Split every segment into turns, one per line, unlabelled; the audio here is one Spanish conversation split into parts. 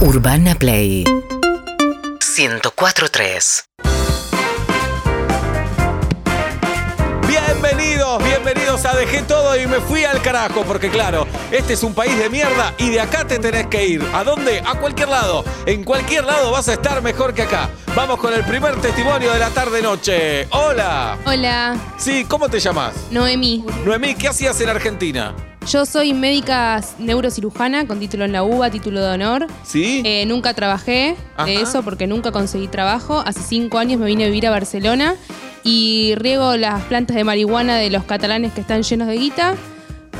Urbana Play 104.3
Bienvenidos, bienvenidos a Dejé Todo y me fui al carajo, porque claro, este es un país de mierda y de acá te tenés que ir. ¿A dónde? A cualquier lado. En cualquier lado vas a estar mejor que acá. Vamos con el primer testimonio de la tarde-noche. Hola.
Hola,
Sí, ¿cómo te llamas?
Noemí.
Noemí, ¿qué hacías en Argentina?
Yo soy médica neurocirujana con título en la UBA, título de honor.
¿Sí?
Eh, nunca trabajé
Ajá.
de eso porque nunca conseguí trabajo. Hace cinco años me vine a vivir a Barcelona y riego las plantas de marihuana de los catalanes que están llenos de guita.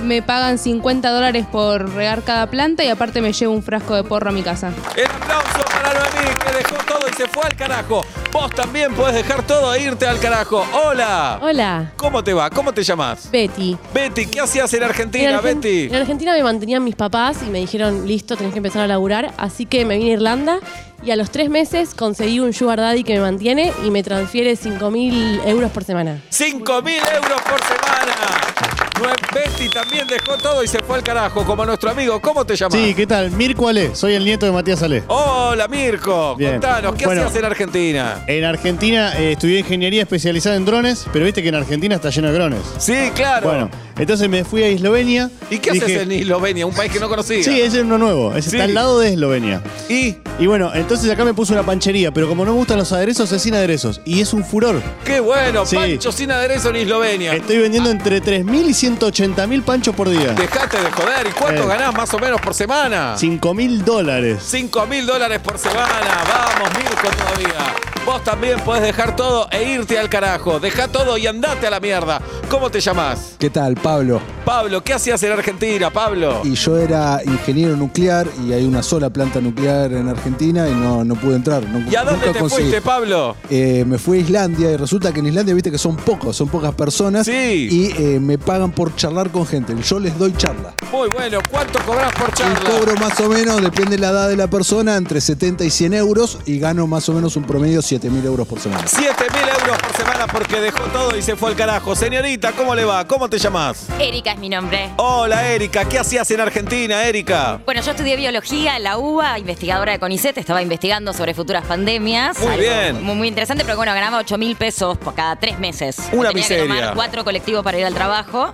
Me pagan 50 dólares por regar cada planta y aparte me llevo un frasco de porro a mi casa.
El aplauso para Noemí, que dejó todo y se fue al carajo. Vos también podés dejar todo e irte al carajo. Hola.
Hola,
¿Cómo te va? ¿Cómo te llamas?
Betty.
Betty, ¿qué hacías en Argentina,
en, Argen-
Betty?
en Argentina me mantenían mis papás y me dijeron, listo, tenés que empezar a laburar. Así que me vine a Irlanda y a los tres meses conseguí un sugar daddy que me mantiene y me transfiere 5 mil euros por semana.
5 mil euros por semana. Nue- Betty también dejó todo y se fue al carajo, como nuestro amigo. ¿Cómo te llamas?
Sí, ¿qué tal? Mirko Ale, soy el nieto de Matías Ale.
Hola, Mirko.
Bien.
Contanos, ¿qué
Bueno.
hacías en Argentina?
En Argentina eh, estudié ingeniería especializada en drones, pero viste que en Argentina está lleno de drones.
Sí, claro.
Bueno, entonces me fui a Eslovenia.
¿Y qué haces
Dije-
en Eslovenia, un país que no conocía?
Sí, ese es uno nuevo, ese
Sí.
está al lado de Eslovenia.
¿Y
Y bueno, entonces acá me puso una panchería, pero como no me gustan los aderezos, es sin aderezos. Y es un furor.
qué bueno,
Sí. Eh,
Pancho sin aderezo en Eslovenia.
Estoy vendiendo entre 3.000 y 180.000 panchos por día.
Dejate de joder. ¿Y cuánto
Eh.
ganás más o menos por semana?
5.000 dólares.
5 mil dólares por semana. Vamos, Mirko, todavía. Vos también podés dejar todo e irte al carajo. Deja todo y andate a la mierda. ¿Cómo te llamás?
¿Qué tal, Pablo?
Pablo, ¿qué hacías en Argentina, Pablo?
Y yo era ingeniero nuclear y hay una sola planta nuclear en Argentina y no, no pude entrar. No,
¿Y a dónde
nunca
te
conseguí.
fuiste, Pablo?
Eh, me fui a Islandia y resulta que en Islandia viste que son pocos, son pocas personas
Sí.
y eh, me pagan por charlar con gente. Yo les doy charla.
Muy bueno, ¿cuánto cobras por
Y
charla?
cobro más o menos, depende de la edad de la persona, entre 70 y 100 euros y gano más o menos un promedio de 7.000 euros por semana.
7 mil euros por semana porque dejó todo y se fue al carajo. Señorita, ¿cómo le va? ¿Cómo te llamas?
Erika es mi nombre.
Hola, Erika. ¿Qué hacías en Argentina, Erika?
Bueno, yo estudié biología en la UBA, investigadora de CONICET, estaba investigando sobre futuras pandemias.
Muy
Algo
bien.
Muy, muy interesante, pero bueno, ganaba 8 mil pesos por cada tres meses.
Una
Tenía
miseria.
que tomar cuatro colectivos para ir al trabajo.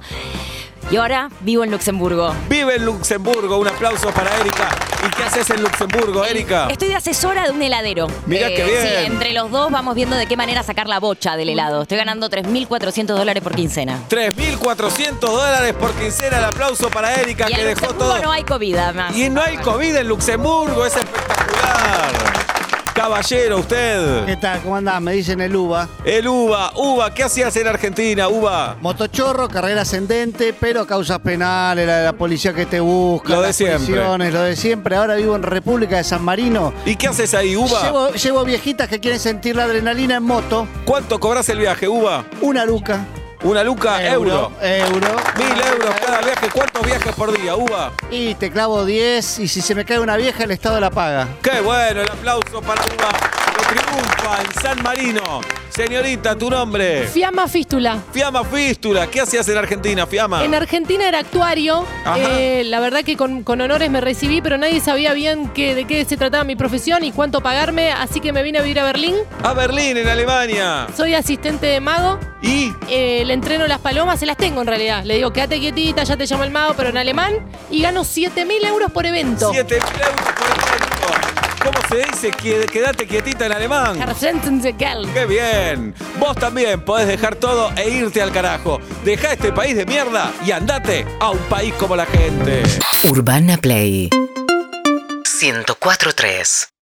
Y ahora vivo en Luxemburgo.
Vive en Luxemburgo. Un aplauso para Erika. ¿Y qué haces en Luxemburgo, Erika?
Estoy de asesora de un heladero. Eh,
Mirá qué bien.
Sí, entre los dos vamos viendo de qué manera sacar la bocha del helado. Estoy ganando 3.400 dólares por quincena.
3.400 dólares por quincena. El aplauso para Erika
y
que
en
dejó
Luxemburgo
todo.
no hay comida más.
Y no hay COVID en Luxemburgo. Es espectacular. Caballero, usted.
¿Qué tal? ¿Cómo andás? Me dicen el UBA.
El uva, uva, ¿qué hacías en Argentina, uva?
Motochorro, carrera ascendente, pero causas penales, la de la policía que te busca,
Lo de
las
siempre.
prisiones, lo de siempre. Ahora vivo en República de San Marino.
¿Y qué haces ahí, uva?
Llevo, llevo viejitas que quieren sentir la adrenalina en moto.
¿Cuánto cobras el viaje, uva?
Una luca.
Una luca, Ah, euro.
Euro.
Mil euros cada viaje. ¿Cuántos viajes por día, uva?
Y te clavo 10 y si se me cae una vieja el Estado la paga.
Qué bueno, el aplauso para uva. Lo triunfa en San Marino. Señorita, tu nombre.
Fiamma Fístula.
Fiamma Fístula, ¿qué hacías en Argentina, Fiamma?
En Argentina era actuario.
Ah. Ajá.
Eh, la verdad que con, con honores me recibí, pero nadie sabía bien qué- de qué se trataba mi profesión y cuánto pagarme, así que me vine a vivir a Berlín.
A Berlín, en Alemania.
Soy asistente de mago.
¿Y?
Eh, le entreno las palomas, se las tengo en realidad. Le digo, quédate quietita, ya te llama el mago, pero en alemán. Y gano 7 mil euros por evento.
7 mil euros por evento. ¿Cómo se dice? Qued- Quedate quietita en alemán.
Herr
¡Qué bien! Vos también podés dejar todo e irte al carajo. Deja este país de mierda y andate a un país como la gente.
Urbana Play 104.3